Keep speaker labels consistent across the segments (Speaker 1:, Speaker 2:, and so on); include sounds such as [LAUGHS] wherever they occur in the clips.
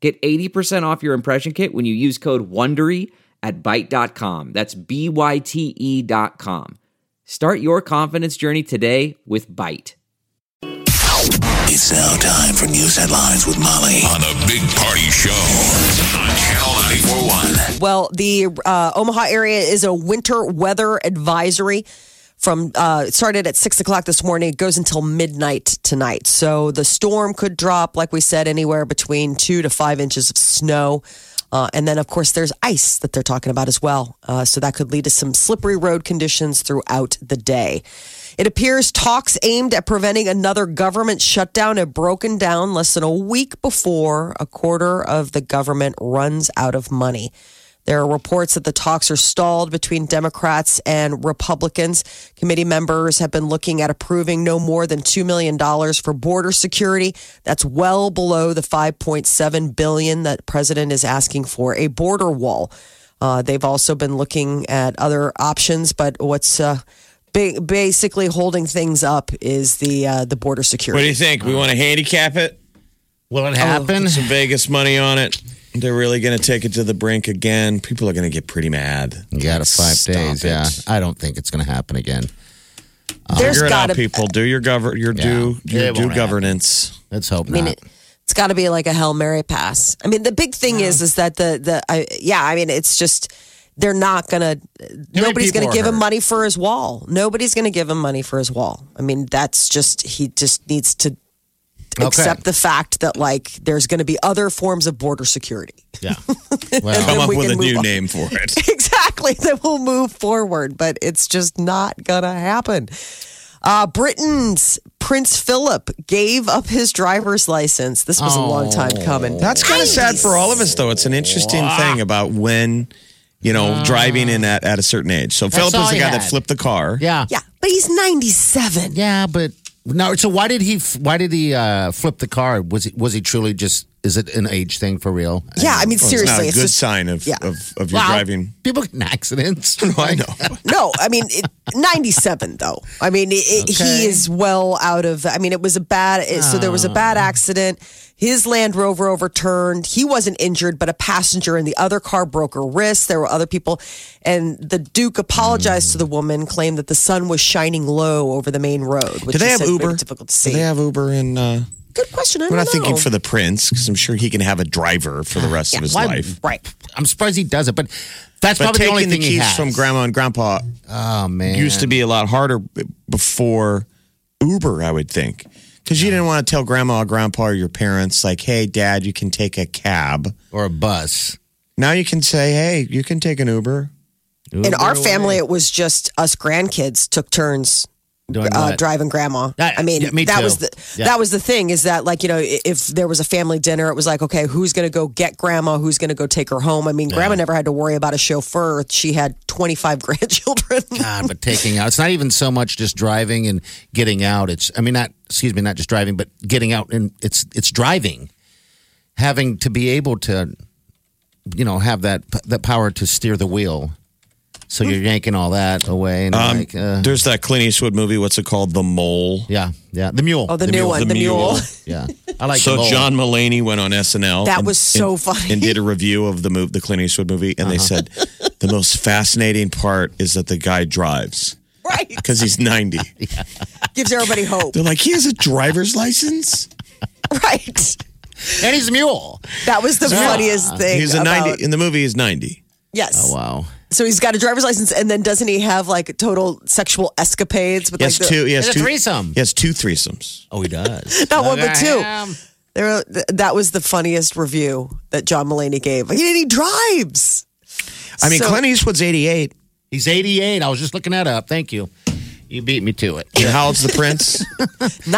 Speaker 1: Get 80% off your impression kit when you use code WONDERY at Byte.com. That's B-Y-T-E E dot com. Start your confidence journey today with Byte.
Speaker 2: It's now time for news headlines with Molly on the Big Party Show on Channel 941.
Speaker 3: Well, the uh, Omaha area is a winter weather advisory. From uh, it started at six o'clock this morning, it goes until midnight tonight. So the storm could drop, like we said, anywhere between two to five inches of snow. Uh, and then, of course, there's ice that they're talking about as well. Uh, so that could lead to some slippery road conditions throughout the day. It appears talks aimed at preventing another government shutdown have broken down less than a week before a quarter of the government runs out of money. There are reports that the talks are stalled between Democrats and Republicans. Committee members have been looking at approving no more than $2 million for border security. That's well below the $5.7 billion that president is asking for, a border wall. Uh, they've also been looking at other options, but what's uh, ba- basically holding things up is the uh, the border
Speaker 4: What do
Speaker 3: security.
Speaker 4: you think? We want to handicap it?
Speaker 5: Will it happen?
Speaker 4: Put some Vegas money on it. They're really going to take it to the brink again. People are going to get pretty mad.
Speaker 5: You got it five
Speaker 4: Stop
Speaker 5: days.
Speaker 4: it.
Speaker 5: Yeah, I don't think it's going to happen again.
Speaker 3: There's
Speaker 4: Figure it out,
Speaker 3: gotta-
Speaker 4: people. Do your govern, your due,
Speaker 5: Yeah,
Speaker 4: your
Speaker 5: it
Speaker 4: due
Speaker 5: won't happen.
Speaker 4: governance.
Speaker 5: Let's hope
Speaker 3: I mean,
Speaker 5: not.
Speaker 3: it, it's got to be like a hail mary pass. I mean, the big thing is, is that the the I, yeah. I mean, it's just they're not gonna. nobody's
Speaker 5: people
Speaker 3: gonna
Speaker 5: are
Speaker 3: give him
Speaker 5: hurt?
Speaker 3: money for his wall. Nobody's gonna give him money for his wall. I mean, that's just he just needs to
Speaker 5: Okay.
Speaker 3: accept the fact that like there's gonna be other forms of border security.
Speaker 5: Yeah.
Speaker 4: Come
Speaker 3: Then
Speaker 5: Well,
Speaker 4: up
Speaker 3: we
Speaker 4: with a
Speaker 3: can move
Speaker 4: new
Speaker 3: on.
Speaker 4: name for it.
Speaker 3: [LAUGHS] exactly that will move forward, but it's just not gonna happen. Uh, Britain's Prince Philip gave up his driver's license. This was a long time coming.
Speaker 4: [LAUGHS] That's kind of sad for all of us, though. It's an interesting thing about when, you know,
Speaker 3: Ah.
Speaker 4: driving in at, at a certain age. So Philip
Speaker 5: all
Speaker 4: was the
Speaker 5: he
Speaker 4: guy
Speaker 5: had.
Speaker 4: that flipped the car.
Speaker 5: yeah.
Speaker 3: yeah, but he's 97.
Speaker 5: Yeah, but no. So why did he? Why did he uh, flip the car? Was he? Was he truly just? Is it an age thing for real?
Speaker 3: Yeah, I mean,
Speaker 4: It's not
Speaker 3: seriously.
Speaker 4: a
Speaker 3: It's
Speaker 4: good
Speaker 3: just,
Speaker 4: sign of,
Speaker 3: yeah.
Speaker 4: of, of your
Speaker 5: Well,
Speaker 4: driving.
Speaker 5: People get in accidents.
Speaker 4: [LAUGHS] No, I know.
Speaker 3: no, I mean, it, 97, though. I mean, it,
Speaker 5: Okay.
Speaker 3: he is well out of. I mean, it was a bad. it- So there was a
Speaker 4: Oh.
Speaker 3: bad accident. His Land Rover overturned. He wasn't injured, but a passenger in the other car broke her wrist. There were other people. And the Duke apologized
Speaker 4: Hmm.
Speaker 3: to the woman, claimed that the sun was shining low over the main road, which
Speaker 4: Do they
Speaker 3: is
Speaker 4: have
Speaker 3: said made
Speaker 4: Uber?
Speaker 3: it difficult to
Speaker 4: Do
Speaker 3: see.
Speaker 4: they have Uber in? Uh,
Speaker 3: good question. I
Speaker 4: we're
Speaker 3: don't
Speaker 4: not thinking
Speaker 3: know.
Speaker 4: for the prince because I'm sure he can have a driver for the rest of his
Speaker 5: Why-
Speaker 4: life.
Speaker 3: right.
Speaker 5: I'm surprised he does it, but that's
Speaker 4: But
Speaker 5: probably the only
Speaker 4: taking the,
Speaker 5: thing he
Speaker 4: keys
Speaker 5: has.
Speaker 4: from grandma and grandpa
Speaker 5: oh man,
Speaker 4: used to be a lot harder b- before Uber, I would think, because you didn't want to tell grandma or grandpa or your parents like, "Hey, dad, you can take a cab."
Speaker 5: or a bus.
Speaker 4: Now you can say, "Hey, you can take an Uber."
Speaker 3: In our family, it was just us grandkids took turns
Speaker 5: Doing
Speaker 3: uh,
Speaker 5: what?
Speaker 3: driving grandma.
Speaker 5: That-
Speaker 3: I mean,
Speaker 5: yeah, me
Speaker 3: that
Speaker 5: too.
Speaker 3: was the
Speaker 5: Yeah.
Speaker 3: that was the thing is that like you know i- if there was a family dinner, it was like okay, who's going to go get grandma? Who's going to go take her home? I mean, grandma never had to worry about a chauffeur. She had twenty five [LAUGHS] grandchildren.
Speaker 5: God, uh, but taking out. It's not even so much just driving and getting out. It's I mean not excuse me, not just driving, but getting out and it's it's driving. Having to be able to you know, have that that power to steer the wheel. So you're yanking all that away and
Speaker 4: Um,
Speaker 5: like uh,
Speaker 4: There's that Clint Eastwood movie. What's it called? The Mole.
Speaker 5: yeah, yeah, the mule.
Speaker 3: Oh, [LAUGHS] the, new [LAUGHS] one, the, mule.
Speaker 5: Yeah. I like
Speaker 4: So
Speaker 5: the mule.
Speaker 4: John Mulaney went on SNL.
Speaker 3: That was so funny.
Speaker 4: And did a review of the move, the Clint Eastwood movie, and they
Speaker 3: Uh-huh.
Speaker 4: said the most fascinating part is that the guy drives
Speaker 3: [LAUGHS] right,
Speaker 4: because
Speaker 3: [LAUGHS]
Speaker 4: he's ninety.
Speaker 3: gives everybody
Speaker 5: [LAUGHS]
Speaker 3: hope.
Speaker 4: They're like, he has a driver's license.
Speaker 3: right,
Speaker 5: and he's a mule.
Speaker 3: that was the funniest thing.
Speaker 4: He's a
Speaker 3: about-
Speaker 4: ninety in the movie. He's ninety.
Speaker 3: Yes.
Speaker 5: Oh wow.
Speaker 3: So he's got a driver's license, and then doesn't he have like total sexual escapades with
Speaker 4: He has
Speaker 3: like the,
Speaker 4: two. He has
Speaker 5: It's a
Speaker 4: two
Speaker 5: threesome.
Speaker 4: He has two threesomes.
Speaker 5: Oh, he does.
Speaker 3: Not one, but two.
Speaker 5: Damn.
Speaker 3: There, were- th- that was the funniest review that John Mulaney gave. He, he drives.
Speaker 4: I mean,
Speaker 3: So-
Speaker 4: Clint Eastwood's eighty-eight.
Speaker 5: He's 88. I was just looking that up. Thank you. You beat me to it.
Speaker 4: And how old's the
Speaker 3: [LAUGHS]
Speaker 4: prince?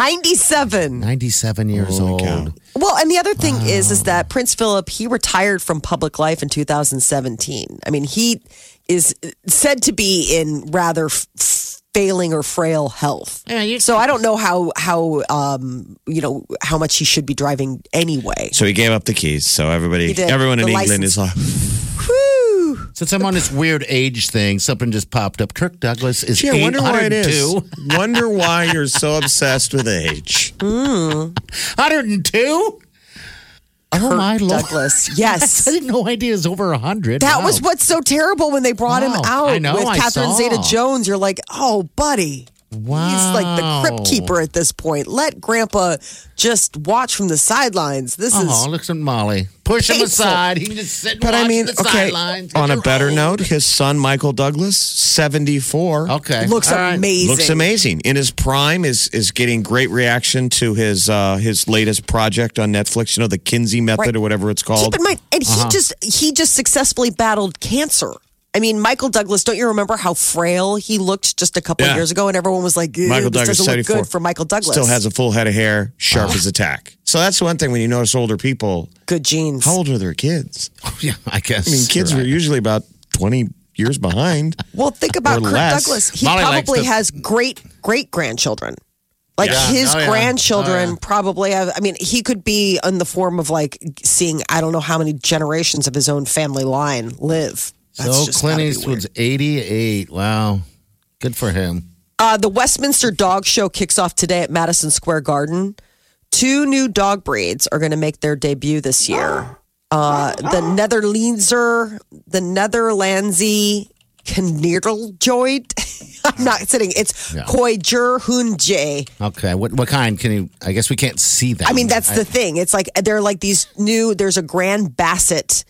Speaker 3: 97.
Speaker 5: 97 years old.
Speaker 4: cow.
Speaker 3: Well, and the other thing is is that Prince Philip, he retired from public life in 2017. I mean, he is said to be in rather f- f- failing or frail health.
Speaker 5: Yeah, you-
Speaker 3: so I don't know how how um, you know, how much he should be driving anyway.
Speaker 4: so he gave up the keys. So everybody,
Speaker 3: He did.
Speaker 4: everyone in
Speaker 3: The
Speaker 4: England is like,
Speaker 3: Whew.
Speaker 5: Since I'm on this weird age thing, something just popped up. Kirk Douglas is
Speaker 4: gee, I wonder why it is. [LAUGHS]
Speaker 5: 802.
Speaker 4: wonder why you're so obsessed
Speaker 3: [LAUGHS]
Speaker 4: with age.
Speaker 5: 102? Oh, my Lord. [LAUGHS]
Speaker 3: Douglas.
Speaker 5: I
Speaker 3: Yes.
Speaker 5: had no idea it's over 100.
Speaker 3: That
Speaker 5: Wow.
Speaker 3: was what's so terrible when they brought him
Speaker 5: Wow.
Speaker 3: out
Speaker 5: I know,
Speaker 3: with
Speaker 5: I
Speaker 3: Catherine
Speaker 5: saw.
Speaker 3: Zeta Jones. You're like, oh, buddy. He's like the
Speaker 5: Wow.
Speaker 3: crypt keeper at this point. Let grandpa just watch from the sidelines. This
Speaker 5: Oh,
Speaker 3: is
Speaker 5: looks at Molly. Push him
Speaker 3: Painful.
Speaker 5: aside. He can just sit and
Speaker 4: But I
Speaker 5: watch
Speaker 4: mean,
Speaker 5: the
Speaker 4: okay.
Speaker 5: sidelines.
Speaker 4: On a
Speaker 5: You're
Speaker 4: better
Speaker 5: old.
Speaker 4: note, his son Michael Douglas, seventy-four,
Speaker 5: Okay.
Speaker 3: looks
Speaker 5: All right.
Speaker 3: amazing.
Speaker 4: looks amazing in his prime. is is getting great reaction to his uh, his latest project on Netflix. You know, the Kinsey Method
Speaker 3: Right.
Speaker 4: or whatever it's
Speaker 3: Keep
Speaker 4: called.
Speaker 3: in mind, and he
Speaker 5: Uh-huh.
Speaker 3: just he just successfully battled cancer. I mean, Michael Douglas. Don't you remember how frail he looked just a couple
Speaker 4: Yeah.
Speaker 3: of years ago? And everyone was like, "Ew,
Speaker 4: Michael
Speaker 3: this
Speaker 4: Douglas,
Speaker 3: doesn't look
Speaker 4: 74.
Speaker 3: good for Michael Douglas."
Speaker 4: Still has a full head of hair, sharp as a tack. So that's one thing when you notice older people.
Speaker 3: good genes.
Speaker 4: How old are their kids?
Speaker 5: [LAUGHS] Yeah, I guess.
Speaker 4: I mean, kids
Speaker 5: You're
Speaker 4: were
Speaker 5: right.
Speaker 4: usually about 20 years behind.
Speaker 3: Well, think about
Speaker 4: Or
Speaker 3: Kirk
Speaker 4: less.
Speaker 3: Douglas. He
Speaker 5: Molly likes
Speaker 3: probably
Speaker 5: to-
Speaker 3: has great great grandchildren. Like
Speaker 5: Yeah.
Speaker 3: his
Speaker 5: Oh, yeah.
Speaker 3: grandchildren
Speaker 5: Oh, yeah.
Speaker 3: probably have. I mean, he could be in the form of like seeing I don't know how many generations of his own family line live. That's
Speaker 5: So
Speaker 3: just
Speaker 5: Clint
Speaker 3: gotta be
Speaker 5: Eastwood's
Speaker 3: weird.
Speaker 5: 88. Wow. Good for him.
Speaker 3: Uh, the Westminster Dog Show kicks off today at Madison Square Garden. Two new dog breeds are going to make their debut this year. Uh, the Netherlandser, the Netherlandsy Knirteljoid. [LAUGHS] I'm not sitting. It's
Speaker 5: Yeah.
Speaker 3: Koijer Hunje.
Speaker 5: Okay. What what kind can you I guess we can't see that.
Speaker 3: I mean, that's the thing. It's like they're like these new. There's a Grand Basset.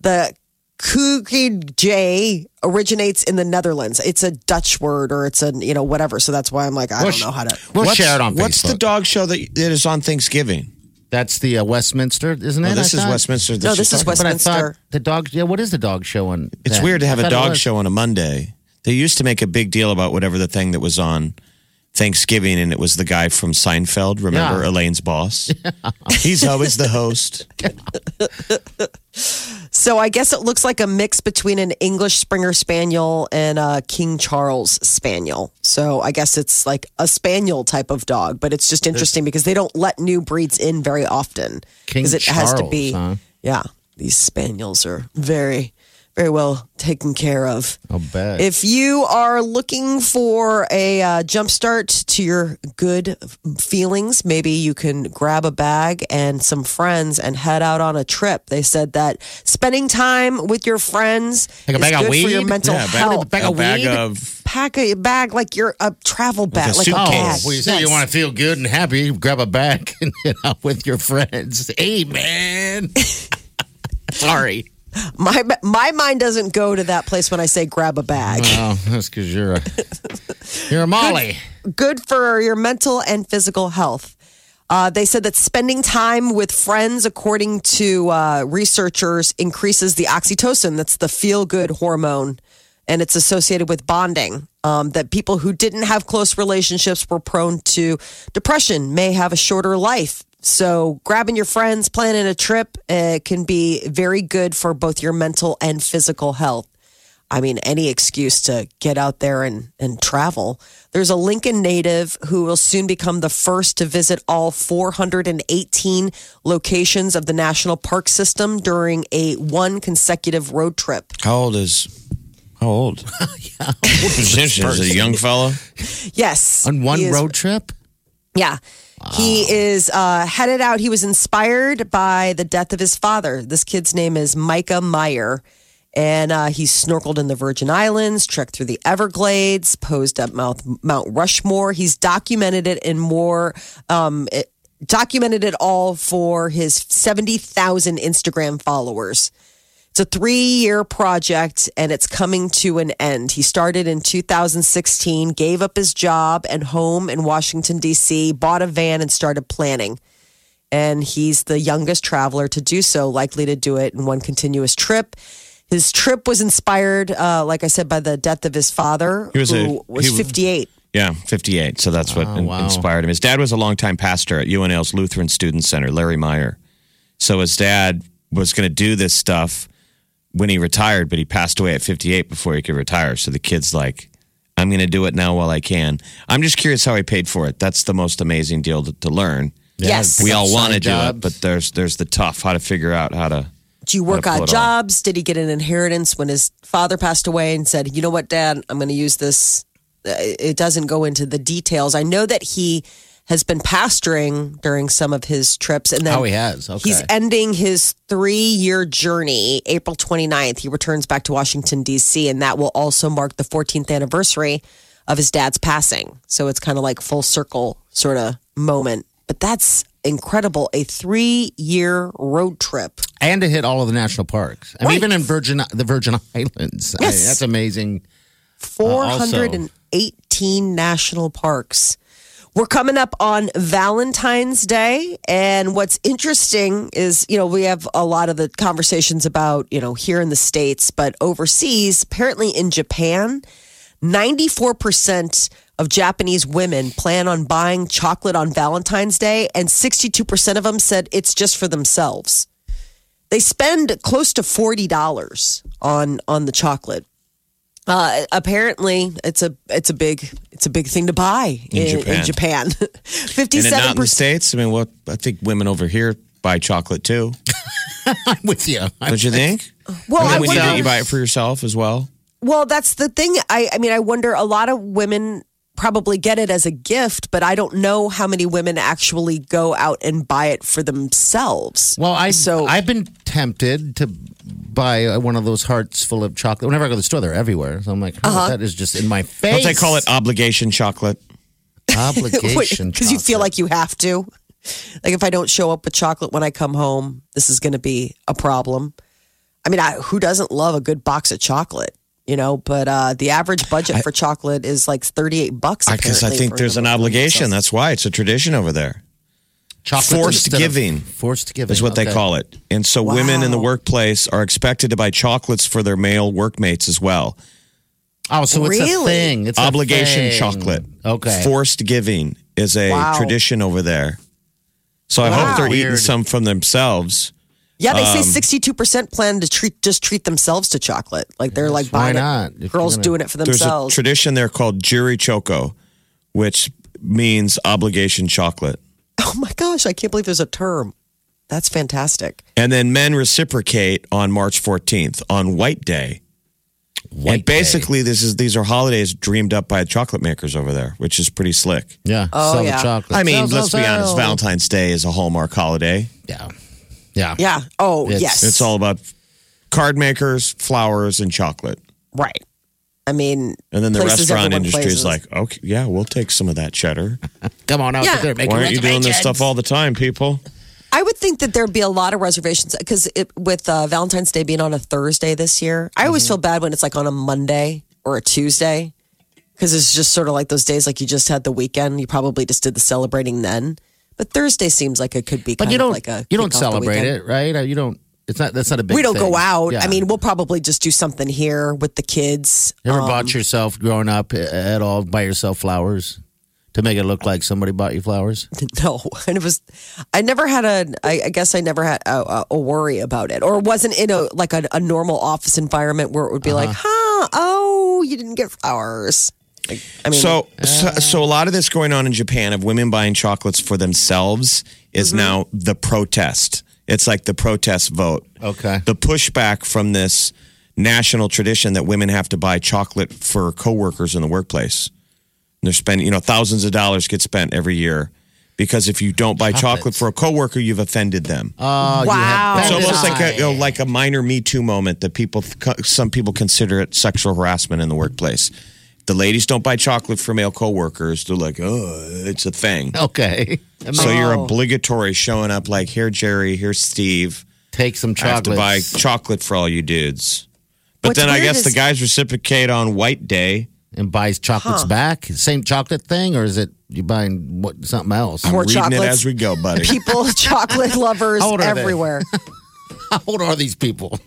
Speaker 3: The Kookie J originates in the Netherlands. It's a Dutch word, or it's a you know whatever. So that's why I'm like I don't know how to.
Speaker 5: We'll
Speaker 4: What's-
Speaker 5: share it on
Speaker 4: What's the
Speaker 5: Facebook.
Speaker 4: dog show that, that is on Thanksgiving?
Speaker 5: that's the uh, Westminster, isn't it?
Speaker 4: Oh, this
Speaker 5: I
Speaker 4: is
Speaker 5: thought?
Speaker 4: Westminster.
Speaker 3: No,
Speaker 4: she's
Speaker 3: this is
Speaker 4: talking about.
Speaker 5: But I thought
Speaker 3: Westminster.
Speaker 5: the dog. Yeah, what is the dog show on?
Speaker 4: It's
Speaker 5: that?
Speaker 4: weird to have
Speaker 5: I
Speaker 4: a
Speaker 5: thought it
Speaker 4: dog
Speaker 5: was-
Speaker 4: show on a Monday. They used to make a big deal about whatever the thing that was on Thanksgiving, and it was the guy from Seinfeld. Remember
Speaker 5: Yeah.
Speaker 4: Elaine's
Speaker 5: [LAUGHS]
Speaker 4: boss? He's always the host.
Speaker 3: So I guess it looks like a mix between an English Springer Spaniel and a King Charles Spaniel. So I guess it's like a spaniel type of dog, but it's just interesting because they don't let new breeds in very often.
Speaker 5: King
Speaker 3: because it has to
Speaker 5: Charles,
Speaker 3: be.
Speaker 5: huh?
Speaker 3: Yeah, these spaniels are very, very well taken care of.
Speaker 5: I'll Oh, bet.
Speaker 3: If you are looking for a uh, jumpstart to your good feelings, maybe you can grab a bag and some friends and head out on a trip. They said that spending time with your friends
Speaker 5: Like a
Speaker 3: is
Speaker 5: bag of
Speaker 3: good for your
Speaker 5: weed?
Speaker 3: mental
Speaker 4: Yeah, a bag-
Speaker 3: health.
Speaker 5: bag
Speaker 4: a
Speaker 5: of
Speaker 4: bag
Speaker 5: weed?
Speaker 4: of
Speaker 3: Pack a bag like your a travel bag,
Speaker 4: a
Speaker 3: like a,
Speaker 5: Oh,
Speaker 3: bag.
Speaker 4: suitcase.
Speaker 5: well, you say you
Speaker 3: Yes.
Speaker 5: want to feel good and happy. You grab a bag [LAUGHS] and get out with your friends. Hey,
Speaker 3: [LAUGHS]
Speaker 5: man. Sorry.
Speaker 3: My my mind doesn't go to that place when I say grab a bag.
Speaker 5: Oh, that's because you're a you're a Molly.
Speaker 3: good for your mental and physical health. Uh, they said that spending time with friends, according to uh, researchers, increases the oxytocin. That's the feel good hormone, and it's associated with bonding. Um, that people who didn't have close relationships were prone to depression, may have a shorter life. So, grabbing your friends, planning a trip uh, can be very good for both your mental and physical health. I mean, any excuse to get out there and, and travel. There's a Lincoln native who will soon become the first to visit all 418 locations of the national park system during a one consecutive road trip.
Speaker 4: how old is how old?
Speaker 5: [LAUGHS]
Speaker 4: [LAUGHS] Is it a young fellow?
Speaker 3: Yes.
Speaker 5: On one
Speaker 3: he is-
Speaker 5: road trip?
Speaker 3: Yeah. He is uh, headed out. He was inspired by the death of his father. This kid's name is Micah Meyer. And uh, he snorkeled in the Virgin Islands, trekked through the Everglades, posed up Mount, Mount Rushmore. He's documented it in more, um, it, documented it all for his 70,000 Instagram followers. It's a three year project and it's coming to an end. He started in 2016, gave up his job and home in Washington, D.C., bought a van and started planning. And he's the youngest traveler to do so, likely to do it in one continuous trip. His trip was inspired, uh, like I said, by the death of his father,
Speaker 4: He was a-
Speaker 3: who was
Speaker 4: he was-
Speaker 3: 58.
Speaker 4: Yeah, 58. So that's what in-
Speaker 5: wow.
Speaker 4: inspired him. His dad was a longtime pastor at UNL's Lutheran Student Center, Larry Meyer. So his dad was going to do this stuff when he retired, but he passed away at 58 before he could retire. So the kid's like, I'm going to do it now while I can. I'm just curious how he paid for it. That's the most amazing deal to, to learn.
Speaker 3: Yes.
Speaker 4: We all want to do
Speaker 5: Side
Speaker 4: it,
Speaker 5: jobs.
Speaker 4: but there's there's the tough how to figure out how to.
Speaker 3: Do you work
Speaker 4: Gotta
Speaker 3: odd
Speaker 4: pull it off.
Speaker 3: jobs? Did he get an inheritance when his father passed away and said, "You know what, Dad? I'm going to use this." Uh, It doesn't go into the details. I know that he has been pastoring during some of his trips, and then
Speaker 5: Oh, he has. Okay.
Speaker 3: He's ending his three-year journey. April 29th, he returns back to Washington D.C., and that will also mark the 14th anniversary of his dad's passing. So it's kind of like full circle sort of moment. But that's incredible. A three-year road trip.
Speaker 5: and to hit all of the national parks. I mean,
Speaker 3: Right.
Speaker 5: even in Virgin the Virgin Islands. I-
Speaker 3: Yes.
Speaker 5: that's amazing.
Speaker 3: 418 national parks. We're coming up on Valentine's Day. And what's interesting is, you know, we have a lot of the conversations about, you know, here in the States, but overseas, apparently in Japan, 94% of Japanese women plan on buying chocolate on Valentine's Day, and 62% of them said it's just for themselves. They spend close to $40 on on the chocolate. Uh, apparently, it's a it's a big it's a big thing to buy in, in
Speaker 4: Japan.
Speaker 3: Japan. [LAUGHS] Fifty
Speaker 4: And it not
Speaker 3: seven
Speaker 4: in the
Speaker 3: percent.
Speaker 4: States? I mean, what I think women over here buy chocolate too.
Speaker 5: I'm with you. I-
Speaker 4: Don't you think?
Speaker 3: Well,
Speaker 4: I
Speaker 3: I
Speaker 4: mean, when you,
Speaker 3: wonder-
Speaker 4: do, you buy it for yourself as well.
Speaker 3: Well, that's the thing. I, I mean, I wonder a lot of women probably get it as a gift, but I don't know how many women actually go out and buy it for themselves.
Speaker 5: Well, I
Speaker 3: So-
Speaker 5: so I've been tempted to buy uh, one of those hearts full of chocolate. Whenever I go to the store, they're everywhere. So I'm like, oh,
Speaker 3: Uh-huh.
Speaker 5: that is just in my face.
Speaker 4: Don't they call
Speaker 3: [LAUGHS]
Speaker 4: it obligation chocolate?
Speaker 5: obligation?
Speaker 3: because you feel like
Speaker 5: chocolate.
Speaker 3: you have to. Like if I don't show up with chocolate when I come home, this is going to be a problem. I mean, I, who doesn't love a good box of chocolate? You know, but uh, the average budget for chocolate is like thirty-eight bucks.
Speaker 4: Because I
Speaker 3: apparently,
Speaker 4: think
Speaker 3: for
Speaker 4: there's an
Speaker 3: them.
Speaker 4: obligation. That's why it's a tradition over there.
Speaker 5: Chocolate
Speaker 4: forced
Speaker 5: instead of-
Speaker 4: giving
Speaker 5: Forced giving
Speaker 4: Is what they call it. And so women in the workplace are expected to buy chocolates for their male workmates as well.
Speaker 5: Oh, so it's a
Speaker 3: Really?
Speaker 5: thing. It's a
Speaker 4: obligation
Speaker 5: thing.
Speaker 4: chocolate.
Speaker 5: Okay.
Speaker 4: Forced giving is a
Speaker 3: Wow.
Speaker 4: tradition over there. So I hope
Speaker 3: Wow.
Speaker 4: they're eating
Speaker 5: Weird.
Speaker 4: some from themselves.
Speaker 3: Yeah, they
Speaker 4: um,
Speaker 3: say sixty-two percent plan to treat just treat themselves to chocolate. Like they're like
Speaker 5: why
Speaker 3: buying
Speaker 5: not?
Speaker 3: It,
Speaker 5: If
Speaker 3: girls
Speaker 5: you're
Speaker 3: doing it for
Speaker 4: There's a
Speaker 3: themselves.
Speaker 4: tradition there called Jiri Choco, which means obligation chocolate.
Speaker 3: [LAUGHS] oh my gosh, I can't believe there's a term. That's fantastic.
Speaker 4: And then men reciprocate on March 14th on White Day.
Speaker 5: White
Speaker 4: and basically, this is these are holidays dreamed up by chocolate makers over there, which is pretty slick.
Speaker 5: Yeah.
Speaker 3: Oh,
Speaker 5: sell the
Speaker 3: yeah.
Speaker 5: chocolate.
Speaker 4: I mean,
Speaker 5: Sell,
Speaker 4: let's
Speaker 5: sell,
Speaker 4: be honest.
Speaker 5: sell.
Speaker 4: Valentine's Day is a hallmark holiday.
Speaker 5: Yeah. Yeah.
Speaker 3: Yeah. Oh
Speaker 5: It's-
Speaker 3: yes,
Speaker 4: It's all about card makers, flowers, and chocolate.
Speaker 3: right. I mean,
Speaker 4: And then the
Speaker 3: places
Speaker 4: restaurant
Speaker 3: everyone
Speaker 4: industry
Speaker 3: places.
Speaker 4: is like, okay, yeah, we'll take some of that cheddar.
Speaker 5: Come on out
Speaker 3: Yeah.
Speaker 5: there. Make
Speaker 4: Why
Speaker 5: a
Speaker 4: aren't you doing this stuff all the time, people?
Speaker 3: I would think that there'd be a lot of reservations because with uh, Valentine's Day being on a Thursday this year, I
Speaker 5: Mm-hmm.
Speaker 3: always feel bad when it's like on a Monday or a Tuesday because it's just sort of like those days like you just had the weekend. You probably just did the celebrating then. But Thursday seems like it could be
Speaker 5: But
Speaker 3: kind
Speaker 5: you
Speaker 3: of
Speaker 5: don't.
Speaker 3: like a
Speaker 5: you don't
Speaker 3: kick off the
Speaker 5: celebrate
Speaker 3: weekend.
Speaker 5: it, right? Uh, You don't. It's not. That's not a big.
Speaker 3: We don't
Speaker 5: thing.
Speaker 3: go out. I
Speaker 5: Yeah.
Speaker 3: mean, we'll probably just do something here with the kids.
Speaker 5: You ever
Speaker 3: Um,
Speaker 5: bought yourself growing up a- at all by yourself flowers to make it look like somebody bought you flowers?
Speaker 3: [LAUGHS] No, and it was. I never had a. I, I guess I never had a, a, a worry about it, or wasn't in a like a, a normal office environment where it would be like, huh, oh, you didn't get flowers. Like, I mean,
Speaker 4: So, [LAUGHS] so, so a lot of this going on in Japan of women buying chocolates for themselves is now the protest. It's like the protest vote.
Speaker 5: Okay.
Speaker 4: The pushback from this national tradition that women have to buy chocolate for coworkers in the workplace. And they're spending, you know, thousands of dollars get spent every year because if you don't buy chocolate for a coworker, you've offended them.
Speaker 5: Oh, you
Speaker 3: Wow.
Speaker 5: have
Speaker 4: it's
Speaker 3: that
Speaker 4: almost
Speaker 3: is
Speaker 4: like a you know, like a minor Me Too moment that people some people consider it sexual harassment in the workplace. The ladies don't buy chocolate for male coworkers. They're like, oh, it's a thing.
Speaker 5: okay. I
Speaker 4: So
Speaker 3: Oh.
Speaker 5: mean,
Speaker 4: you're obligatory showing up like here, Jerry, here's Steve.
Speaker 5: take some
Speaker 4: I have
Speaker 5: chocolate.
Speaker 4: to buy chocolate for all you dudes. But
Speaker 3: What's
Speaker 4: then I
Speaker 3: weird
Speaker 4: guess the
Speaker 3: is-
Speaker 4: guys reciprocate on White Day.
Speaker 5: and buys chocolates back. Same chocolate thing, or is it you buying what something else?
Speaker 3: More
Speaker 4: Reading it
Speaker 3: chocolates.
Speaker 4: as we go, buddy.
Speaker 3: people, chocolate lovers
Speaker 5: [LAUGHS] How old are they?
Speaker 3: everywhere.
Speaker 5: How old are these people?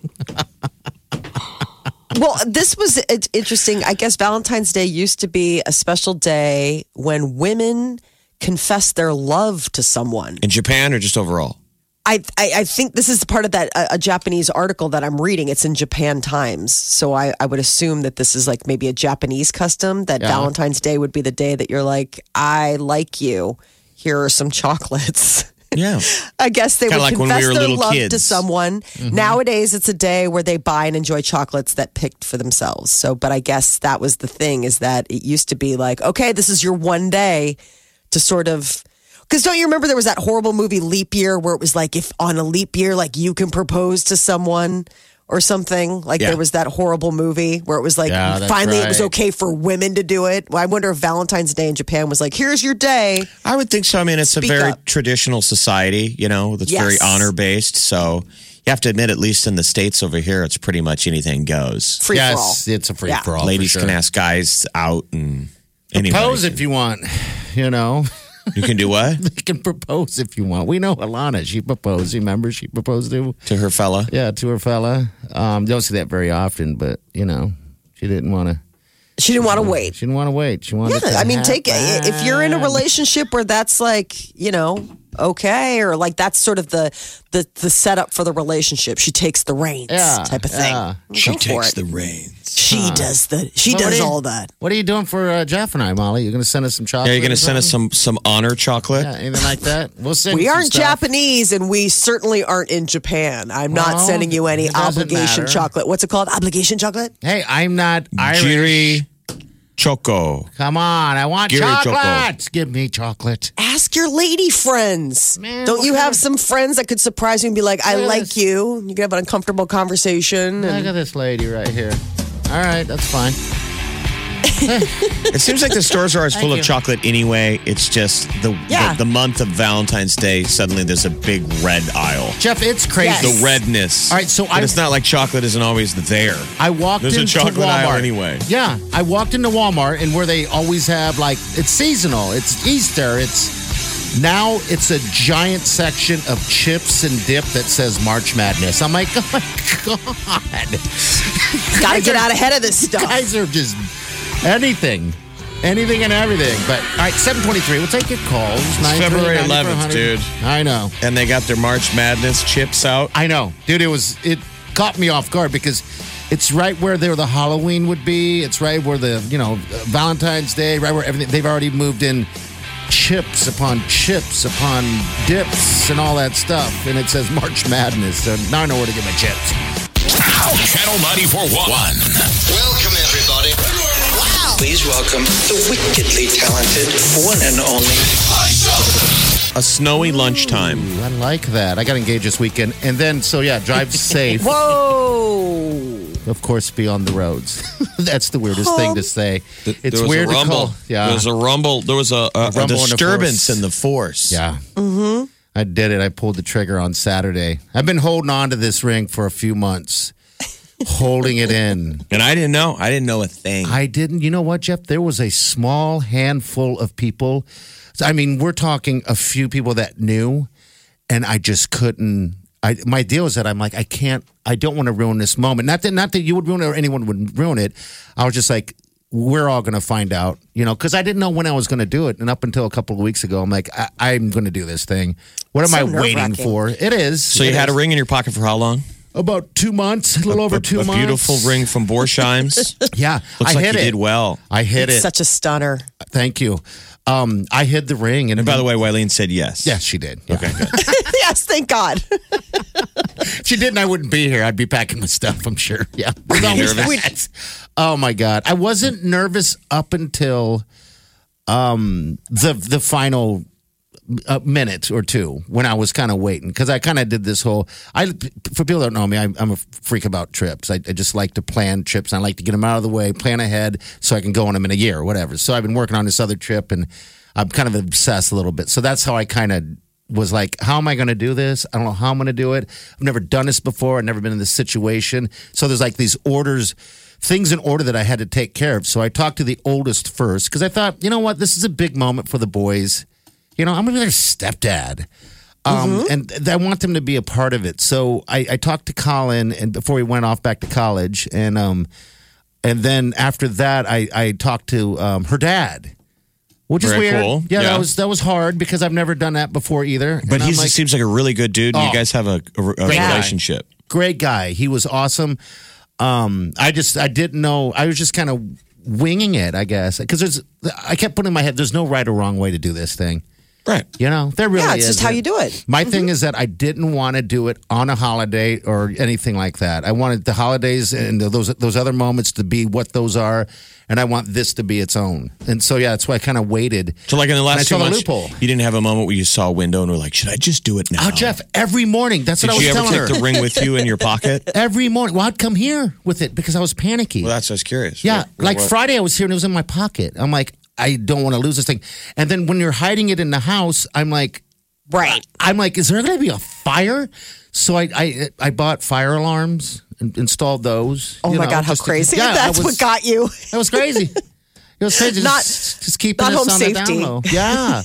Speaker 3: Well, this was it- interesting. I guess Valentine's Day used to be a special day when women confessed their love to someone.
Speaker 4: In Japan or just overall?
Speaker 3: I, I, I think this is part of that a, a Japanese article that I'm reading. It's in Japan Times, so I, I would assume that this is like maybe a Japanese custom that Valentine's Day would be the day that you're like, I like you. Here are some [LAUGHS] chocolates.
Speaker 4: Yeah.
Speaker 3: I guess they
Speaker 4: Kinda
Speaker 3: would
Speaker 4: like when we
Speaker 3: confess
Speaker 4: were
Speaker 3: their
Speaker 4: little
Speaker 3: love to
Speaker 4: kids. Mm-hmm.
Speaker 3: someone. Nowadays, it's a day where they buy and enjoy chocolates that picked for themselves. So, but I guess that was the thing is that it used to be like, okay, this is your one day to sort of. Because don't you remember there was that horrible movie Leap Year where it was like if on a leap year, like you can propose to someone or something. Like
Speaker 4: Yeah.
Speaker 3: there was that horrible movie where it was like
Speaker 5: Yeah, that's
Speaker 3: finally it was
Speaker 5: right.
Speaker 3: okay for women to do it. Well, I wonder if Valentine's Day in Japan was like, here's your day.
Speaker 4: I would think so. I mean, it's
Speaker 3: Speak
Speaker 4: a very
Speaker 3: up.
Speaker 4: traditional society, you know, that's very
Speaker 3: Yes.
Speaker 4: honor based. So you have to admit, at least in the States over here, it's pretty much anything goes.
Speaker 3: Free for all.
Speaker 5: yes, it's a free
Speaker 3: Yeah.
Speaker 5: Oh, for all.
Speaker 4: Ladies
Speaker 5: for sure.
Speaker 4: can ask guys out and
Speaker 5: propose
Speaker 4: anybody.
Speaker 5: if you want. [SIGHS] You know, [LAUGHS]
Speaker 4: You can do what?
Speaker 5: you can propose if you want. We know Alana. She proposed. You remember she proposed to
Speaker 4: to her fella.
Speaker 5: yeah to her fella. Um, don't see that very often, but you know, she didn't want to.
Speaker 3: She didn't want to wait.
Speaker 5: She didn't want to wait. She wanted. it
Speaker 3: Yeah,
Speaker 5: to
Speaker 3: I mean, take
Speaker 5: happen.
Speaker 3: if you're in a relationship where that's like you know okay, or like that's sort of the the the setup for the relationship. She takes the reins,
Speaker 5: Yeah,
Speaker 3: type of
Speaker 5: yeah.
Speaker 3: thing. She takes the reins. She does the she
Speaker 5: Well, what
Speaker 3: does
Speaker 5: do you-
Speaker 3: all that.
Speaker 5: What are you doing for uh, Jeff and I, Molly? You're going to send us some chocolate.
Speaker 4: Yeah, you're
Speaker 5: or
Speaker 4: gonna send us
Speaker 5: something?
Speaker 4: some some honor chocolate.
Speaker 5: Yeah, anything like that. We'll send.
Speaker 3: We
Speaker 5: you some
Speaker 3: aren't
Speaker 5: stuff.
Speaker 3: Japanese, and we certainly aren't in Japan. I'm not
Speaker 5: Well,
Speaker 3: sending you any
Speaker 5: it doesn't
Speaker 3: obligation
Speaker 5: matter.
Speaker 3: chocolate. What's it called? Obligation chocolate?
Speaker 5: Hey, I'm not Irish.
Speaker 4: Jiri Choco.
Speaker 5: Come on, I want
Speaker 4: Giri Choco.
Speaker 5: chocolate. Give me chocolate.
Speaker 3: Ask your lady friends.
Speaker 5: Man,
Speaker 3: Don't
Speaker 5: what
Speaker 3: you
Speaker 5: kind
Speaker 3: have
Speaker 5: of-
Speaker 3: some friends that could surprise you and be like, "I
Speaker 5: Look at
Speaker 3: like
Speaker 5: this.
Speaker 3: you." You can have an uncomfortable conversation.
Speaker 5: Look
Speaker 3: And-
Speaker 5: at this lady right here. All right, that's fine.
Speaker 4: It seems like the stores
Speaker 3: [LAUGHS]
Speaker 4: are always full of
Speaker 5: you.
Speaker 4: chocolate anyway. It's just the,
Speaker 3: Yeah.
Speaker 4: the the month of Valentine's Day. Suddenly, there's a big red aisle.
Speaker 5: Jeff, it's
Speaker 3: Yes.
Speaker 5: crazy.
Speaker 4: The redness.
Speaker 5: All right, so
Speaker 4: but
Speaker 5: I-
Speaker 4: it's not like chocolate isn't always there.
Speaker 5: I walked
Speaker 4: There's a
Speaker 5: into
Speaker 4: chocolate
Speaker 5: Walmart
Speaker 4: aisle anyway.
Speaker 5: Yeah, I walked into Walmart and where they always have like it's seasonal, it's Easter, it's now it's a giant section of chips and dip that says March Madness. I'm like, [LAUGHS] oh my god,
Speaker 3: Gotta get out ahead
Speaker 5: [LAUGHS]
Speaker 3: of this stuff.
Speaker 5: guys are just anything, anything and everything. But all right, seven twenty-three. We'll take your calls.
Speaker 4: February
Speaker 5: 939-9400.
Speaker 4: 11th, dude.
Speaker 5: I know.
Speaker 4: And they got their March Madness chips out.
Speaker 5: I know, dude. It was it caught me off guard because it's right where there the Halloween would be. It's right where the you know Valentine's Day, right where everything. They've already moved in chips upon chips upon dips and all that stuff, and it says March Madness. So now I know where to get my chips.
Speaker 2: Channel 941.
Speaker 6: Welcome, everybody. Wow. Please welcome the wickedly talented one and only.
Speaker 4: A snowy lunchtime.
Speaker 5: Ooh, I like that. I got engaged this weekend, and then so yeah, drive safe.
Speaker 3: Whoa!
Speaker 5: Of course, be on the roads. [LAUGHS] That's the weirdest thing to say.
Speaker 4: there
Speaker 5: it's
Speaker 4: was
Speaker 5: weird
Speaker 4: a rumble.
Speaker 5: to call. Yeah,
Speaker 4: There was a rumble. There was a, a, a
Speaker 5: rumble in the
Speaker 4: disturbance
Speaker 5: force.
Speaker 4: in the force.
Speaker 5: Yeah. Mm-hmm. I did it. I pulled the trigger on Saturday. I've been holding on to this ring for a few months, holding it in.
Speaker 4: And I didn't know. I didn't know a thing.
Speaker 5: I didn't. You know what, Jeff? There was a small handful of people. I mean, we're talking a few people that knew, and I just couldn't. I, my deal is that I'm like I can't. I don't want to ruin this moment. Not that not that you would ruin it or anyone would ruin it. I was just like, we're all going to find out, you know, because I didn't know when I was going to do it, and up until a couple of weeks ago, I'm like, I, I'm going to do this thing. What am
Speaker 3: So
Speaker 5: I waiting
Speaker 3: nerve-wracking.
Speaker 5: for? It is.
Speaker 4: so you had a ring in your pocket for how long?
Speaker 5: about two months, a little over
Speaker 4: a,
Speaker 5: two
Speaker 4: a
Speaker 5: months.
Speaker 4: beautiful ring from
Speaker 5: [LAUGHS]
Speaker 4: Borsheim's.
Speaker 5: Yeah,
Speaker 4: Looks
Speaker 5: I
Speaker 4: like
Speaker 5: hit
Speaker 4: you
Speaker 5: it.
Speaker 4: did well.
Speaker 5: I hit it.
Speaker 3: Such a stunner. [LAUGHS]
Speaker 5: Thank you. Um, I hid the ring, and,
Speaker 4: And by the way, Wileen said yes.
Speaker 5: yes, she did.
Speaker 4: Okay, good.
Speaker 3: yes, thank God.
Speaker 5: [LAUGHS] If she didn't, I wouldn't be here. I'd be packing my stuff.
Speaker 4: [LAUGHS]
Speaker 5: I'm sure. Yeah.
Speaker 4: you
Speaker 5: Always
Speaker 4: nervous?
Speaker 5: that. Oh my god, I wasn't nervous up until um the the final a minute or two when I was kind of waiting because I kind of did this whole. I for people that don't know me, I, I'm a freak about trips. I, I just like to plan trips. And I like to get them out of the way, plan ahead, so I can go on them in a year or whatever. So I've been working on this other trip, and I'm kind of obsessed a little bit. So that's how I kind of was like, how am I going to do this? I don't know how I'm going to do it. I've never done this before. I've never been in this situation. So there's like these orders things in order that I had to take care of. So I talked to the oldest first because I thought, you know what, this is a big moment for the boys. You know, I'm gonna be their stepdad. Um,
Speaker 3: Mm-hmm.
Speaker 5: And th- I want them to be a part of it. So I, I talked to Colin, and before he went off back to college, and um, and then after that, I, I talked to um, her dad, which is
Speaker 4: Very
Speaker 5: weird.
Speaker 4: cool.
Speaker 5: Yeah,
Speaker 4: Yeah.
Speaker 5: that was that was hard because I've never done that before either.
Speaker 4: But
Speaker 5: And I'm
Speaker 4: he
Speaker 5: like- Oh.
Speaker 4: seems like a really good dude. and you guys have a, a, a
Speaker 5: guy.
Speaker 4: relationship.
Speaker 5: great guy. He was awesome. Um, I just I didn't know. I was just kind of winging it, I guess, because there's. I kept putting in my head. There's no right or wrong way to do this thing.
Speaker 4: Right.
Speaker 5: You know, there really
Speaker 3: yeah, it's just how
Speaker 5: isn't.
Speaker 3: you do it.
Speaker 5: My
Speaker 4: Mm-hmm.
Speaker 5: thing is that I didn't want to do it on a holiday or anything like that. I wanted the holidays and those those other moments to be what those are, and I want this to be its own. And so yeah, that's why I kind of waited.
Speaker 4: So, like in the
Speaker 5: And I
Speaker 4: last
Speaker 5: saw
Speaker 4: two
Speaker 5: the
Speaker 4: months,
Speaker 5: loophole.
Speaker 4: you didn't have a moment where you saw a window and were like, "Should I just do it now?"
Speaker 5: Oh, Jeff, every morning. That's what
Speaker 4: did
Speaker 5: I was
Speaker 4: you ever
Speaker 5: telling
Speaker 4: take
Speaker 5: her.
Speaker 4: the ring with you in
Speaker 5: [LAUGHS]
Speaker 4: your pocket?
Speaker 5: every morning. Well, I'd come here with it because I was panicky.
Speaker 4: Well, that's I was curious.
Speaker 5: Yeah,
Speaker 4: What- what-
Speaker 5: like
Speaker 4: what-
Speaker 5: Friday, I was here and it was in my pocket. I'm like, I don't want to lose this thing. And then when you're hiding it in the house, I'm like,
Speaker 3: Right.
Speaker 5: I'm like, is there going to be a fire? So I I, I bought fire alarms and installed those.
Speaker 3: Oh
Speaker 5: you
Speaker 3: my
Speaker 5: know,
Speaker 3: God, how
Speaker 5: just to-
Speaker 3: crazy.
Speaker 5: yeah,
Speaker 3: That's
Speaker 5: I was-
Speaker 3: what got
Speaker 5: [LAUGHS]
Speaker 3: you.
Speaker 5: That was crazy. It was crazy.
Speaker 3: Not-
Speaker 5: just, just keeping
Speaker 3: not
Speaker 5: us
Speaker 3: home
Speaker 5: on the down
Speaker 3: safety. [LAUGHS]
Speaker 5: low. Yeah.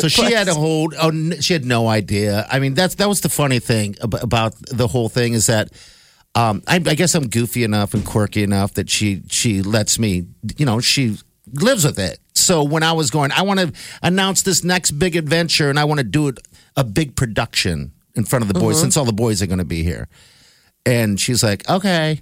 Speaker 5: So she had a hold. Oh, n- she had no idea. I mean, that's that was the funny thing ab- about the whole thing is that um, I, I guess I'm goofy enough and quirky enough that she she lets me. You know, she lives with it. So when I was going, I want to announce this next big adventure, and I want to do it a big production in front of the
Speaker 3: Mm-hmm.
Speaker 5: boys, since all the boys are going to be here. And she's like, okay.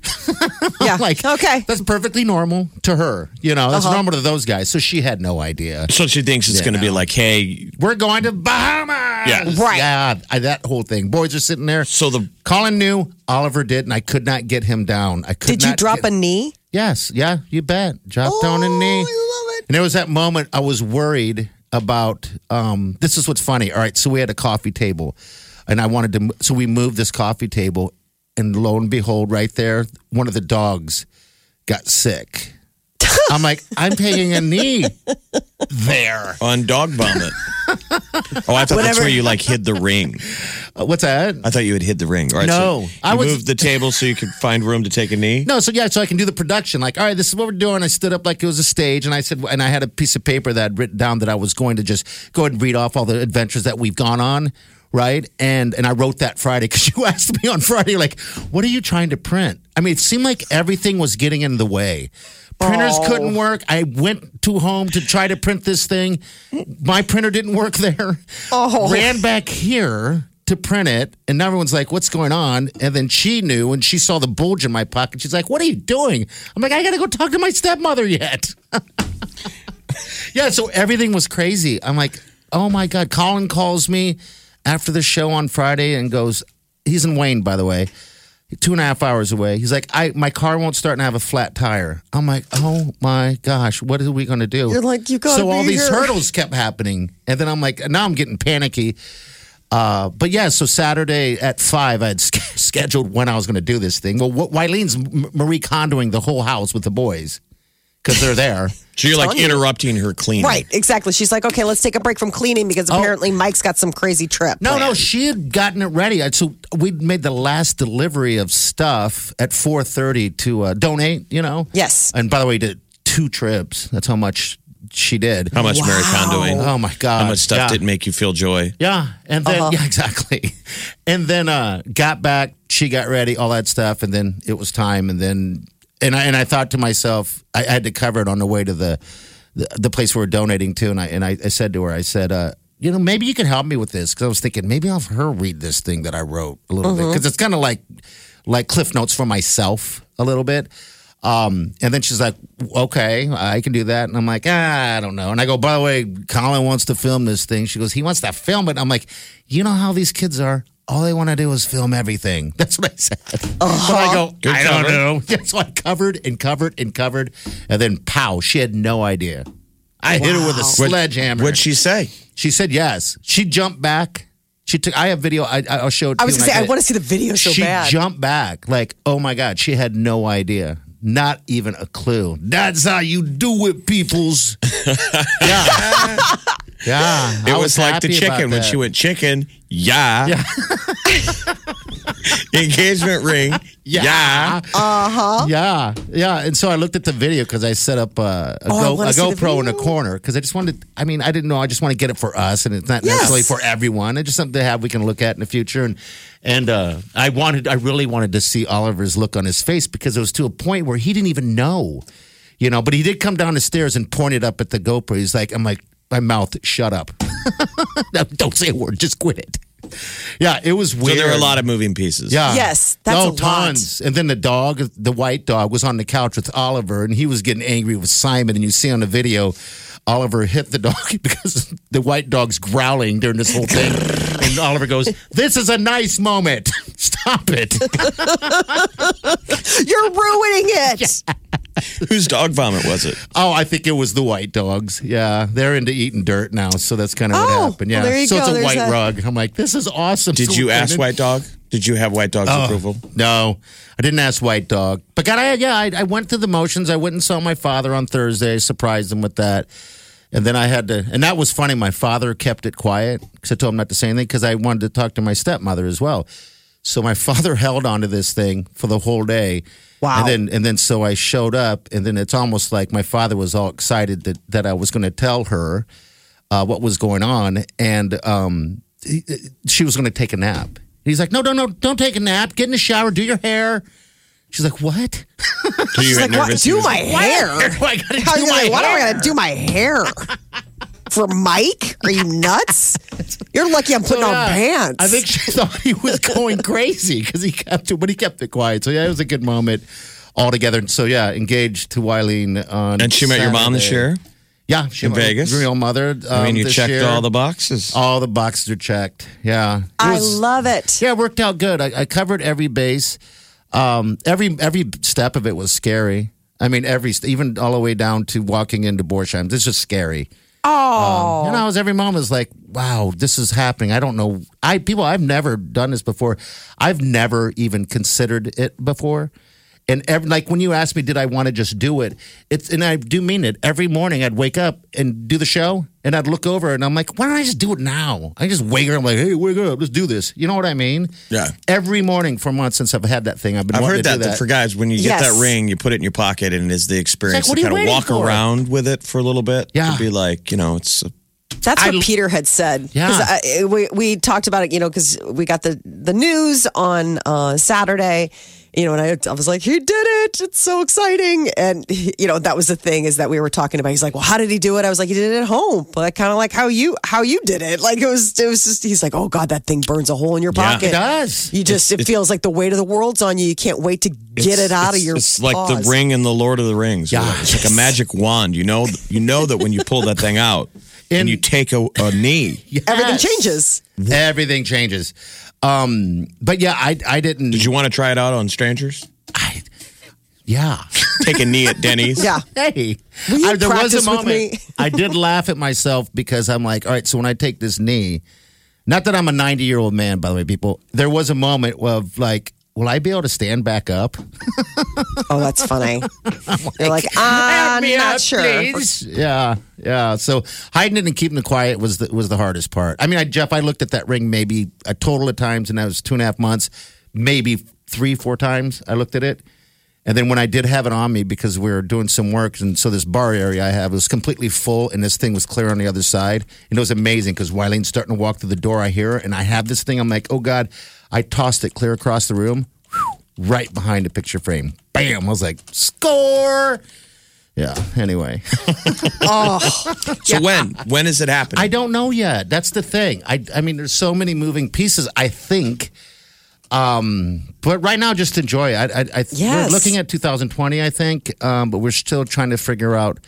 Speaker 3: Yeah.
Speaker 5: [LAUGHS] like
Speaker 3: okay. Uh-huh.
Speaker 5: that's perfectly normal to her you know that's normal to those guys so she had no idea
Speaker 4: So she thinks it's going to be like, "Hey,
Speaker 5: we're going to bahamas
Speaker 4: Yeah.
Speaker 3: Right.
Speaker 5: yeah I, that whole thing boys are sitting there
Speaker 4: so the
Speaker 5: colin knew oliver did and i could not get him down i could
Speaker 3: Did you drop
Speaker 5: a
Speaker 3: a knee? Oh,
Speaker 5: yes yeah you bet drop down a
Speaker 3: I
Speaker 5: knee
Speaker 3: love it.
Speaker 5: and there was that moment I was worried about. Um, this is what's funny. All right, so we had a coffee table, and I wanted to. m- So we moved this coffee table, and lo and behold, right there, one of the dogs got sick. I'm like, I'm taking a knee Uh, there.
Speaker 4: on dog vomit." oh, I thought that's where you like hid the ring.
Speaker 5: Uh, What's that?
Speaker 4: I thought you had hid the ring. All right,
Speaker 5: No,
Speaker 4: so you
Speaker 5: I was-
Speaker 4: moved the table so you could find room to take a knee.
Speaker 5: No, so yeah, so I can do the production. Like, all right, this is what we're doing. I stood up like it was a stage, and I said, and I had a piece of paper that I'd written down that I was going to just go ahead and read off all the adventures that we've gone on, right? And and I wrote that Friday because [LAUGHS] you asked me on Friday, like, what are you trying to print? I mean, it seemed like everything was getting in the way. Printers couldn't work. I went to home to try to print this thing. My printer didn't work there. Oh. Ran back here to print it, and everyone's like, "What's going on?" And then she knew, and she saw the bulge in my pocket. She's like, "What are you doing?" I'm like, "I gotta go talk to my stepmother yet." yeah, so everything was crazy. I'm like, "Oh my god!" Colin calls me after the show on Friday and goes, "He's in Wayne, by the way." Two and a half hours away. He's like, I my car won't start and I have a flat tire. I'm like, oh my gosh, what are we gonna do?
Speaker 3: You're like, you gotta
Speaker 5: So all
Speaker 3: be
Speaker 5: these
Speaker 3: here.
Speaker 5: hurdles kept happening. And then I'm like, now I'm getting panicky. Uh, but yeah, so Saturday at five, I had sch- [LAUGHS] scheduled when I was going to do this thing. Well, wh- Wylene's M- Marie Kondoing the whole house with the boys because
Speaker 3: [LAUGHS]
Speaker 5: they're there.
Speaker 4: So you're like interrupting her cleaning.
Speaker 3: Right, exactly. She's like, okay, let's take a break from cleaning because apparently Mike's got some crazy trip.
Speaker 5: Oh. No, no,
Speaker 3: planned.
Speaker 5: she had gotten it ready. I- So we made the last delivery of stuff at four thirty to uh, donate. You know.
Speaker 3: Yes.
Speaker 5: And by the way, we did two trips. That's how much she did.
Speaker 4: How much Mary Kondoing?
Speaker 5: Oh my god!
Speaker 4: How much stuff
Speaker 5: Yeah.
Speaker 4: didn't make you feel joy?
Speaker 5: Yeah, and then yeah, [LAUGHS] exactly, and then uh, got back. She got ready, all that stuff, and then it was time. And then and I and I thought to myself, I, I had to cover it on the way to the the, the place we were donating to. And I and I, I said to her, I said, uh, you know, maybe you can help me with this because I was thinking maybe I'll have her read this thing that I wrote a little bit because it's kind of like like cliff notes for myself a little bit. Um, and then she's like, okay, I can do that. And I'm like, ah, I don't know. And I go, by the way, Colin wants to film this thing. She goes, he wants to film it. I'm like, you know how these kids are. All they want to do is film everything. [LAUGHS] That's what I said.
Speaker 3: Uh-huh.
Speaker 5: So I go,
Speaker 4: Good
Speaker 5: I
Speaker 4: cover.
Speaker 5: don't know. [LAUGHS] That's why I covered and covered and covered. And then pow, she had no idea. I hit her with a sledgehammer.
Speaker 4: What'd she say?
Speaker 5: she said yes. She jumped back. She took, I have video. I, I'll show it to
Speaker 3: I was
Speaker 5: you
Speaker 3: gonna say,
Speaker 5: when
Speaker 3: I
Speaker 5: get it
Speaker 3: want to see the video so
Speaker 5: she
Speaker 3: bad.
Speaker 5: jumped back like, oh my God, she had no idea. Not even a clue. That's how you do it,
Speaker 4: [LAUGHS]
Speaker 5: peoples. yeah. Yeah.
Speaker 4: It
Speaker 5: I
Speaker 4: was, like the
Speaker 5: happy about
Speaker 4: chicken when
Speaker 5: that.
Speaker 4: she went chicken. Yeah. [LAUGHS] Engagement ring.
Speaker 5: Yeah. Uh huh. Yeah. Yeah. And so I looked at the video because I set up uh, a,
Speaker 3: Oh, I
Speaker 5: Go- a
Speaker 3: wanna see the
Speaker 5: GoPro in a
Speaker 3: video.
Speaker 5: corner because I just wanted, I mean, I didn't know. I just want to get it for us and it's not
Speaker 3: Yes.
Speaker 5: necessarily for everyone. It's just something to have we can look at in the future. And, and uh, I wanted, I really wanted to see Oliver's look on his face because it was to a point where he didn't even know, you know, but he did come down the stairs and pointed up at the GoPro. He's like, I'm like, my mouth, shut up. [LAUGHS] No, Don't say a word. Just quit it. Yeah. It was
Speaker 4: So
Speaker 5: weird.
Speaker 4: there are a lot of moving pieces.
Speaker 5: Yeah.
Speaker 3: Yes, that's
Speaker 5: oh,
Speaker 3: a lot.
Speaker 5: tons. And then the dog, the white dog, was on the couch with Oliver, and he was getting angry with Simon. And you see on the video, Oliver hit the dog [LAUGHS] because the white dog's growling during this
Speaker 3: [LAUGHS]
Speaker 5: whole thing. and Oliver goes, "This is a nice moment. [LAUGHS] Stop
Speaker 3: [LAUGHS]
Speaker 5: it."
Speaker 3: You're ruining it.
Speaker 4: Whose dog vomit was it?
Speaker 5: oh, I think it was the white dogs. Yeah, they're into eating dirt now, so that's kind of
Speaker 3: Oh,
Speaker 5: what happened. Yeah,
Speaker 3: well, there you
Speaker 5: so it's
Speaker 3: go.
Speaker 5: a
Speaker 3: There's
Speaker 5: white
Speaker 3: that.
Speaker 5: rug. I'm like, this is awesome.
Speaker 4: Did
Speaker 5: So- Oh.
Speaker 4: you
Speaker 5: and
Speaker 4: ask
Speaker 5: then-
Speaker 4: White Dog? Did you have White Dog's approval?
Speaker 5: No, I didn't ask White Dog. But God, I, yeah, I, I went through the motions. I went and saw my father on Thursday, surprised him with that. And then I had to, and that was funny. My father kept it quiet because I told him not to say anything because I wanted to talk to my stepmother as well. So my [LAUGHS] father held on to this thing for the whole day.
Speaker 3: Wow.
Speaker 5: And then, and then so I showed up, and then it's almost like my father was all excited that, that I was going to tell her uh, what was going on, and um, he- she was going to take a nap. He's like, no, no, no, don't take a nap. Get in the shower, do your hair. She's like, what? [LAUGHS]
Speaker 4: So you
Speaker 3: Like,
Speaker 4: got
Speaker 3: what?
Speaker 4: nervous?
Speaker 3: Do
Speaker 4: You was-
Speaker 3: my hair?
Speaker 5: Do I gotta
Speaker 3: How
Speaker 5: do
Speaker 3: you
Speaker 5: my
Speaker 3: like, what am I
Speaker 5: hair?
Speaker 3: going to do my
Speaker 5: [LAUGHS]
Speaker 3: hair? For Mike? Are you nuts? You're lucky I'm putting on
Speaker 5: Yeah.
Speaker 3: pants.
Speaker 5: I think she [LAUGHS] thought he was
Speaker 3: [LAUGHS]
Speaker 5: going crazy because he kept it, but he kept it quiet. So yeah, it was a good moment altogether. And so yeah, engaged to Wileen on
Speaker 4: And she met your mom this
Speaker 5: Saturday.
Speaker 4: year?
Speaker 5: Yeah, she
Speaker 4: In
Speaker 5: met my
Speaker 4: Vegas?
Speaker 5: Real mother.
Speaker 4: I mean,
Speaker 5: um,
Speaker 4: you
Speaker 5: this
Speaker 4: checked
Speaker 5: year.
Speaker 4: all the boxes.
Speaker 5: all the boxes are checked. Yeah, It
Speaker 3: I
Speaker 5: was-
Speaker 3: love it.
Speaker 5: Yeah, it worked out good. I, I covered every base. Um, every every step of it was scary. I mean, every st- even all the way down to walking into Borsheim's. It's just scary.
Speaker 3: Oh,
Speaker 5: And I was every moment was like, wow, this is happening. I don't know. I people I've never done this before. I've never even considered it before. And ev like when you asked me, did I want to just do it? It's and I do mean it. Every morning I'd wake up and do the show, and I'd look over and I'm like, why don't I just do it now? I just wake up. I'm like, hey, wake up, let's do this. You know what I mean?
Speaker 4: Yeah.
Speaker 5: Every morning for months since I've had that thing, I've been.
Speaker 4: I've
Speaker 5: wanting
Speaker 4: heard
Speaker 5: to
Speaker 4: that,
Speaker 5: do
Speaker 4: that for guys, when you get
Speaker 3: Yes.
Speaker 4: that ring, you put it in your pocket, and is the experience
Speaker 5: what
Speaker 4: to
Speaker 5: are
Speaker 4: kind of
Speaker 5: you waiting
Speaker 4: walk
Speaker 5: for?
Speaker 4: around with it for a little bit.
Speaker 5: Yeah.
Speaker 4: to be like, you know, it's
Speaker 3: That's what
Speaker 5: I-
Speaker 3: Peter had said.
Speaker 5: Yeah.
Speaker 3: 'Cause I, eh, we, we talked about it, you know, because we got the, the news on uh, Saturday, you know, and I, I was like, he did it. It's so exciting. And, he- you know, that was the thing is that we were talking about. He's like, well, how did he do it? I was like, he did it at home. Like, kind of like how you how you did it. Like, it was, it was just, he's like, oh, God, that thing burns a hole in your
Speaker 4: Yeah.
Speaker 3: pocket.
Speaker 5: It does.
Speaker 3: You just, it feels like the weight of the world's on you. You can't wait to get it out of your
Speaker 4: It's like
Speaker 3: paws.
Speaker 4: the ring in the Lord of the Rings.
Speaker 5: Yeah.
Speaker 4: It's like a magic wand. You know, you know that when you pull that thing [LAUGHS] out and,
Speaker 5: And-
Speaker 4: you take a, a knee.
Speaker 3: Everything
Speaker 5: Yes.
Speaker 3: changes.
Speaker 5: Everything changes. Um, but yeah, I I didn't.
Speaker 4: Did you want to try it out on strangers?
Speaker 5: I,
Speaker 3: [LAUGHS]
Speaker 5: yeah.
Speaker 4: Take a knee at [LAUGHS] Denny's.
Speaker 3: Yeah.
Speaker 5: Hey,
Speaker 3: Will you
Speaker 5: I- there was a
Speaker 3: practice with
Speaker 5: moment
Speaker 3: me?
Speaker 5: I did laugh at myself because I'm like, all right, so when I take this knee, not that I'm a 90 year old man, by the way, people. There was a moment of like, will I be able to stand back up?
Speaker 3: Oh, that's
Speaker 5: [LAUGHS]
Speaker 3: funny. You're like, "Ah, I'm
Speaker 5: Help me
Speaker 3: not
Speaker 5: out,
Speaker 3: sure.
Speaker 5: "Ah, please." Yeah, yeah. So hiding it and keeping it quiet was the, was the hardest part. I mean, I, Jeff, I looked at that ring maybe a total of times, and that was two and a half months, maybe three, four times. I looked at it, and then when I did have it on me because we were doing some work, and so this bar area I have was completely full, and this thing was clear on the other side, and it was amazing because Wileen's starting to walk through the door. I hear her, and I have this thing. I'm like, oh god, I tossed it clear across the room. Right behind the picture frame. Bam! I was like, score! Yeah. Anyway, [LAUGHS]
Speaker 4: So when? When is it happening?
Speaker 5: I don't know yet. That's the thing. I I mean, there's so many moving pieces. I think. Um, but right now, just enjoy. it. I, I, I
Speaker 3: Yes.
Speaker 5: we're looking at 2020. I think, um, but we're still trying to figure out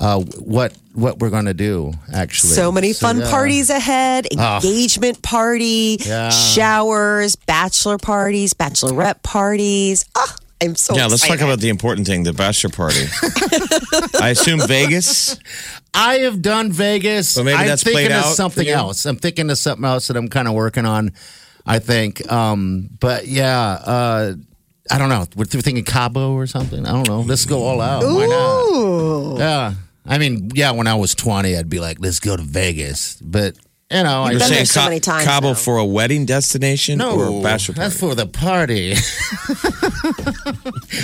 Speaker 5: uh, what what we're going to do. Actually,
Speaker 3: So many fun
Speaker 5: yeah.
Speaker 3: parties ahead engagement party,
Speaker 5: Yeah.
Speaker 3: showers, bachelor parties, bachelorette parties. Ah, I'm so
Speaker 4: yeah, let's talk
Speaker 3: excited.
Speaker 4: about the important thing, the bachelor party. [LAUGHS] I assume Vegas.
Speaker 5: I have done Vegas.
Speaker 4: So maybe
Speaker 5: I'm
Speaker 4: that's
Speaker 5: thinking
Speaker 4: played
Speaker 5: of
Speaker 4: out for
Speaker 5: something
Speaker 4: you?
Speaker 5: else. I'm thinking of something else that I'm kind of working on. I think, um, but yeah, uh, I don't know. We're we're thinking Cabo or something. I don't know. Let's go all out. Why not? Yeah. I mean, yeah. When I was 20, I'd be like, let's go to Vegas. But You know, I
Speaker 4: You're
Speaker 3: been
Speaker 4: saying
Speaker 3: there so
Speaker 4: Ca-
Speaker 3: many times
Speaker 4: Cabo
Speaker 3: now.
Speaker 4: for a wedding destination or
Speaker 5: no,
Speaker 4: a bachelor
Speaker 5: that's
Speaker 4: party?
Speaker 5: for the party. [LAUGHS]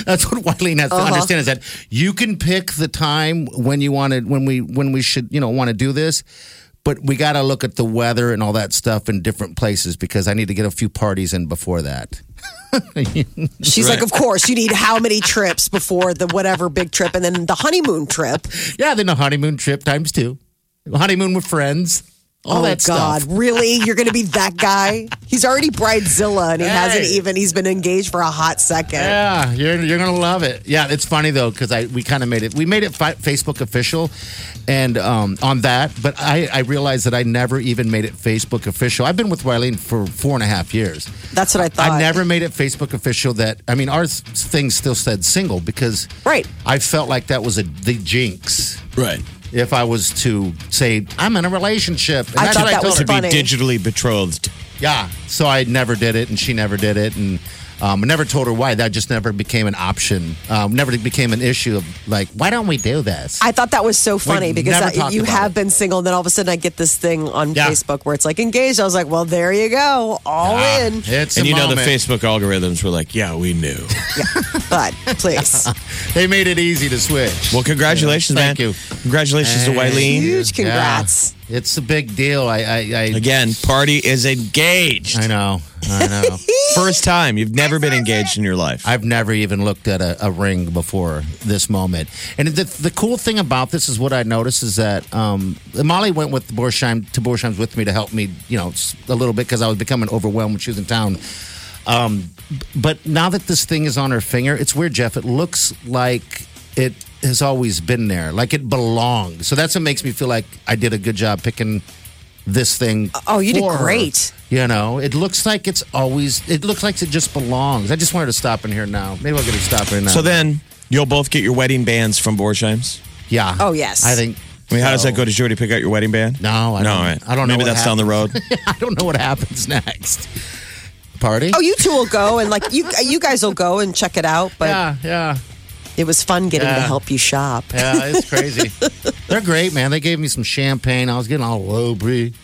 Speaker 5: that's what Wileen has
Speaker 3: Uh-huh.
Speaker 5: to understand is that you can pick the time when you want to, when we, when we should, you know, want to do this. But we got to look at the weather and all that stuff in different places because I need to get a few parties in before that.
Speaker 3: She's like, of course, you need how many trips before the whatever big trip and then the honeymoon trip.
Speaker 5: Yeah, then a honeymoon trip times two, honeymoon with friends, all
Speaker 3: oh
Speaker 5: that
Speaker 3: God,
Speaker 5: stuff.
Speaker 3: really? You're going to be that guy? He's already bridezilla and he hasn't even. He's been engaged for a hot second.
Speaker 5: Yeah, you're you're gonna love it. Yeah, it's funny though because I we kind of made it we made it fi- Facebook official, and um, on that, but I I realized that I never even made it Facebook official. I've been with Wileen for four and a half years.
Speaker 3: That's what I thought.
Speaker 5: I never made it Facebook official. That I mean, our thing still said single because
Speaker 3: Right.
Speaker 5: I felt like that was a the jinx.
Speaker 4: Right.
Speaker 5: If I was to say I'm in a relationship, and
Speaker 3: I
Speaker 5: that's
Speaker 3: thought
Speaker 5: what
Speaker 3: that
Speaker 5: told
Speaker 3: was
Speaker 5: her.
Speaker 4: To be
Speaker 3: Funny.
Speaker 4: digitally betrothed.
Speaker 5: Yeah. So I never did it, and she never did it, and um, I never told her why. That just never became an option. Um, never became an issue of like, why don't we do this?
Speaker 3: I thought that was so funny
Speaker 5: We've
Speaker 3: because
Speaker 5: never
Speaker 3: I,
Speaker 5: talked
Speaker 3: you
Speaker 5: about
Speaker 3: have
Speaker 5: it.
Speaker 3: been single, and then all of a sudden I get this thing on
Speaker 5: Yeah.
Speaker 3: Facebook where it's like engaged. I was like, well, there you go, all
Speaker 5: Ah,
Speaker 3: in.
Speaker 5: It's
Speaker 4: and
Speaker 5: a
Speaker 4: you know, the
Speaker 5: moment.
Speaker 4: Facebook algorithms were like, yeah, we
Speaker 5: [LAUGHS]
Speaker 4: knew.
Speaker 3: But please,
Speaker 5: They made it easy to switch.
Speaker 4: Well, congratulations,
Speaker 5: Thank
Speaker 4: man.
Speaker 5: you.
Speaker 4: Congratulations to Wileen.
Speaker 3: huge congrats.
Speaker 5: Yeah. It's a big deal. I, I, I
Speaker 4: Again, party is engaged.
Speaker 5: I know. I know.
Speaker 4: First time. You've never been engaged in your life.
Speaker 5: I've never even looked at a, a ring before this moment. And the, the cool thing about this is what I noticed is that um, Molly went with Borsheim to Borsheim's with me to help me, you know, s- a little bit because I was becoming overwhelmed when she was in town. Um, b- but now that this thing is on her finger, it's weird, Jeff. It looks like it has always been there, like it belonged. So that's what makes me feel like I did a good job picking this thing.
Speaker 3: Oh, you did
Speaker 5: for her.
Speaker 3: great.
Speaker 5: You know, it looks like it's always. It looks like it just belongs. I just wanted to stop in here now. Maybe I'll get a stop in now.
Speaker 4: So then you'll both get your wedding bands from Borsheim's.
Speaker 5: yeah.
Speaker 3: Oh, yes.
Speaker 5: I think.
Speaker 4: I mean, how does that go? Did you already pick out your wedding band?
Speaker 5: No, I
Speaker 4: no,
Speaker 5: don't-
Speaker 4: all right.
Speaker 5: I don't know
Speaker 4: Maybe
Speaker 5: what
Speaker 4: that's down the road.
Speaker 5: [LAUGHS] I don't know what happens next. Party.
Speaker 3: Oh, you two will go, and like you, you guys will go and check it out. But
Speaker 5: yeah, yeah,
Speaker 3: it was fun getting to
Speaker 5: Yeah.
Speaker 3: help you shop.
Speaker 5: yeah.
Speaker 3: [LAUGHS]
Speaker 5: It's crazy. They're great, man. They gave me some champagne. I was getting all lowbry.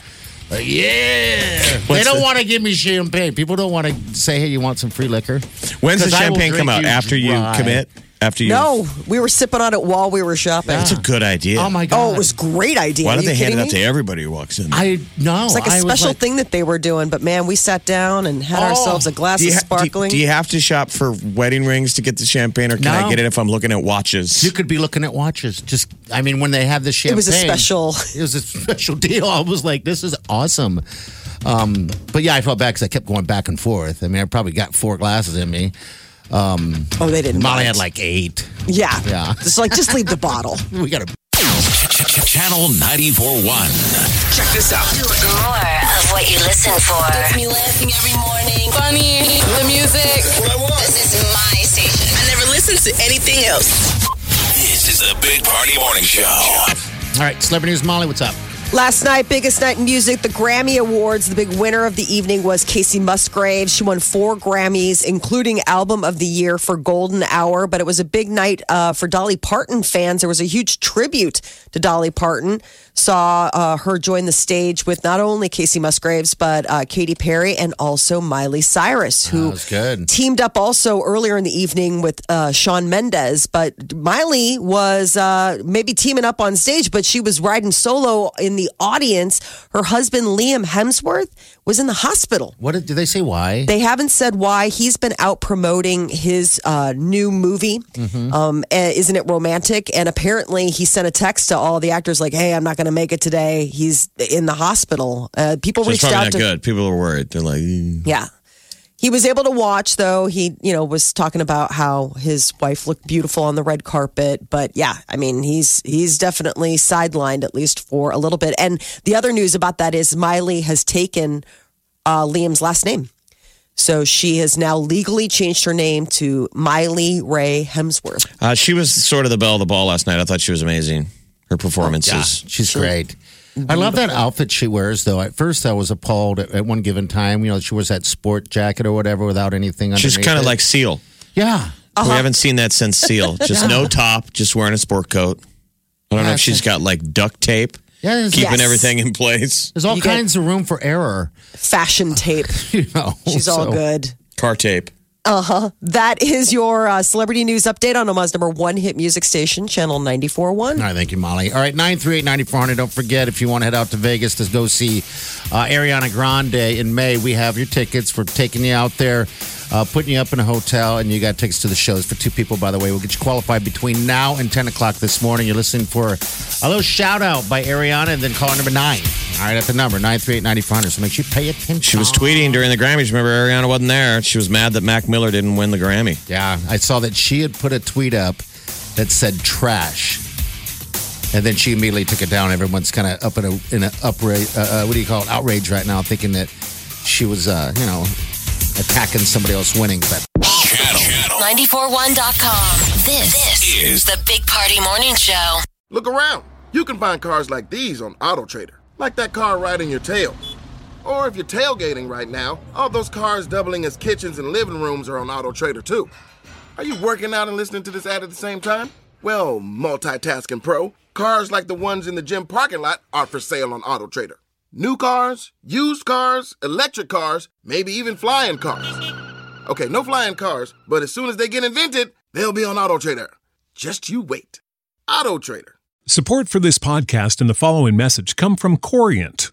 Speaker 5: Like, yeah. they
Speaker 4: What's
Speaker 5: don't
Speaker 4: the-
Speaker 5: want to give me champagne. People don't want to say, "Hey, you want some free liquor?" [LAUGHS]
Speaker 4: When's the
Speaker 5: 'Cause I will
Speaker 4: champagne come
Speaker 5: drink
Speaker 4: out?
Speaker 5: you
Speaker 4: After you
Speaker 5: dry.
Speaker 4: commit? After you?
Speaker 3: No, we were sipping on it while we were shopping.
Speaker 4: That's a good idea.
Speaker 5: Oh my god.
Speaker 3: Oh, it was a great idea.
Speaker 4: Why
Speaker 3: Are
Speaker 4: don't
Speaker 3: you
Speaker 4: they hand
Speaker 3: kidding
Speaker 4: it out to
Speaker 3: me?
Speaker 4: everybody who walks in?
Speaker 5: I no.
Speaker 3: It's like a
Speaker 5: I was
Speaker 3: special
Speaker 5: like-
Speaker 3: thing that they were doing. But man, we sat down and had
Speaker 5: Oh,
Speaker 3: ourselves a glass
Speaker 4: Do you
Speaker 3: of
Speaker 4: ha- do-
Speaker 3: sparkling.
Speaker 4: Do, you have to shop for wedding rings to get the champagne, or can I
Speaker 5: No.
Speaker 4: get it if I'm looking at watches?
Speaker 5: You could be looking at watches. Just, I mean, when they have the champagne,
Speaker 3: was a special-
Speaker 5: It was a [LAUGHS] special deal. I was like, this is awesome. Um, but yeah, I felt bad because I kept going back and forth. I mean, I probably got four glasses in me.
Speaker 3: oh, they didn't.
Speaker 5: Molly
Speaker 3: mind.
Speaker 5: had like eight. [LAUGHS]
Speaker 3: yeah,
Speaker 5: Yeah.
Speaker 3: Just like just leave the
Speaker 5: [LAUGHS]
Speaker 3: bottle.
Speaker 5: We got to.
Speaker 2: Channel 94.1.
Speaker 7: Check this out.
Speaker 8: More of what you listen for.
Speaker 7: Gets me laughing every morning. Funny. The music. What I want. This is my station. I never listen to anything else.
Speaker 2: This is the Big Party Morning Show.
Speaker 5: All right, celebrity news, Molly. What's up?
Speaker 3: Last night, biggest night in music, the Grammy Awards. The big winner of the evening was Casey Musgrave. She won four Grammys, including Album of the Year for Golden Hour. But it was a big night uh, for Dolly Parton fans. There was a huge tribute to Dolly Parton. Saw uh, her join the stage with not only Casey Musgraves, but uh, Katy Perry and also Miley Cyrus, who
Speaker 5: That was good.
Speaker 3: teamed up also earlier in the evening with uh, Sean Mendez, but Miley was uh, maybe teaming up on stage, but she was riding solo in the audience. Her husband, Liam Hemsworth, was in the hospital.
Speaker 5: What did, did they say? Why?
Speaker 3: They haven't said why. He's been out promoting his uh, new movie,
Speaker 4: Mm-hmm.
Speaker 3: um, eh, Isn't It Romantic? And apparently he sent a text to all the actors like, hey, I'm not going to make it today. He's in the hospital. Uh, people
Speaker 4: So it's
Speaker 3: reached
Speaker 4: probably
Speaker 3: out
Speaker 4: not
Speaker 3: to
Speaker 4: good. People are worried. They're like, "Mm."
Speaker 3: yeah. He was able to watch though. He, you know, was talking about how his wife looked beautiful on the red carpet, but yeah, I mean, he's he's definitely sidelined at least for a little bit. And the other news about that is Miley has taken uh, Liam's last name. So she has now legally changed her name to Miley Ray Hemsworth.
Speaker 4: uh, she was sort of the belle of the ball last night. I thought she was amazing. Her performances.
Speaker 5: She's great. I love that outfit she wears, though. At first, I was appalled at, at one given time. You know, she wears that sport jacket or whatever without anything underneath.
Speaker 4: She's kind of
Speaker 5: it.
Speaker 4: like Seal.
Speaker 5: yeah.
Speaker 3: Uh-huh.
Speaker 4: We haven't seen that
Speaker 3: [LAUGHS]
Speaker 4: since Seal. Just no top, just wearing a sport coat. I don't know if she's got like duct tape
Speaker 5: Yeah, there's,
Speaker 4: keeping
Speaker 3: Yes.
Speaker 4: everything in place.
Speaker 5: there's all
Speaker 3: You get-
Speaker 5: kinds of room for error. [LAUGHS]
Speaker 3: Fashion tape.
Speaker 5: You know,
Speaker 3: She's all
Speaker 5: so-
Speaker 3: good.
Speaker 4: Car tape.
Speaker 3: That is your uh, celebrity news update on Omaha's number one hit music station, Channel 94.1.
Speaker 5: All right, thank you, Molly. All right, 938 9400. Don't forget, if you want to head out to Vegas to go see uh, Ariana Grande in May, we have your tickets. We're taking you out there, uh, putting you up in a hotel, and you got tickets to the shows for two people, by the way. We'll get you qualified between now and 10 o'clock this morning. You're listening for a little shout out by Ariana and then caller number nine. All right, at the number 938 9400. So make sure you pay attention.
Speaker 4: She
Speaker 3: Oh.
Speaker 4: was tweeting during the Grammys. Remember, Ariana wasn't there. She was mad that Mac Miller didn't win the Grammy.
Speaker 5: Yeah, I saw that she had put a tweet up that said trash. And then she immediately took it down. Everyone's kind of up in a in an uprage. Uh, uh, what do you call it? Outrage right now, thinking that she was, uh, you know, attacking somebody else winning. But
Speaker 2: Channel, Channel
Speaker 8: 941.com. This, this
Speaker 2: is
Speaker 8: is the Big Party Morning Show.
Speaker 9: Look around. You can find cars like these on AutoTrader, like that car riding your tail. Or if you're tailgating right now, all those cars doubling as kitchens and living rooms are on AutoTrader too. Are you working out and listening to this ad at the same time? Well, multitasking pro, cars like the ones in the gym parking lot are for sale on AutoTrader. New cars, used cars, electric cars, maybe even flying cars. Okay, no flying cars, but as soon as they get invented, they'll be on AutoTrader. Just you wait. AutoTrader.
Speaker 10: Support for this podcast and the following message come from Corient.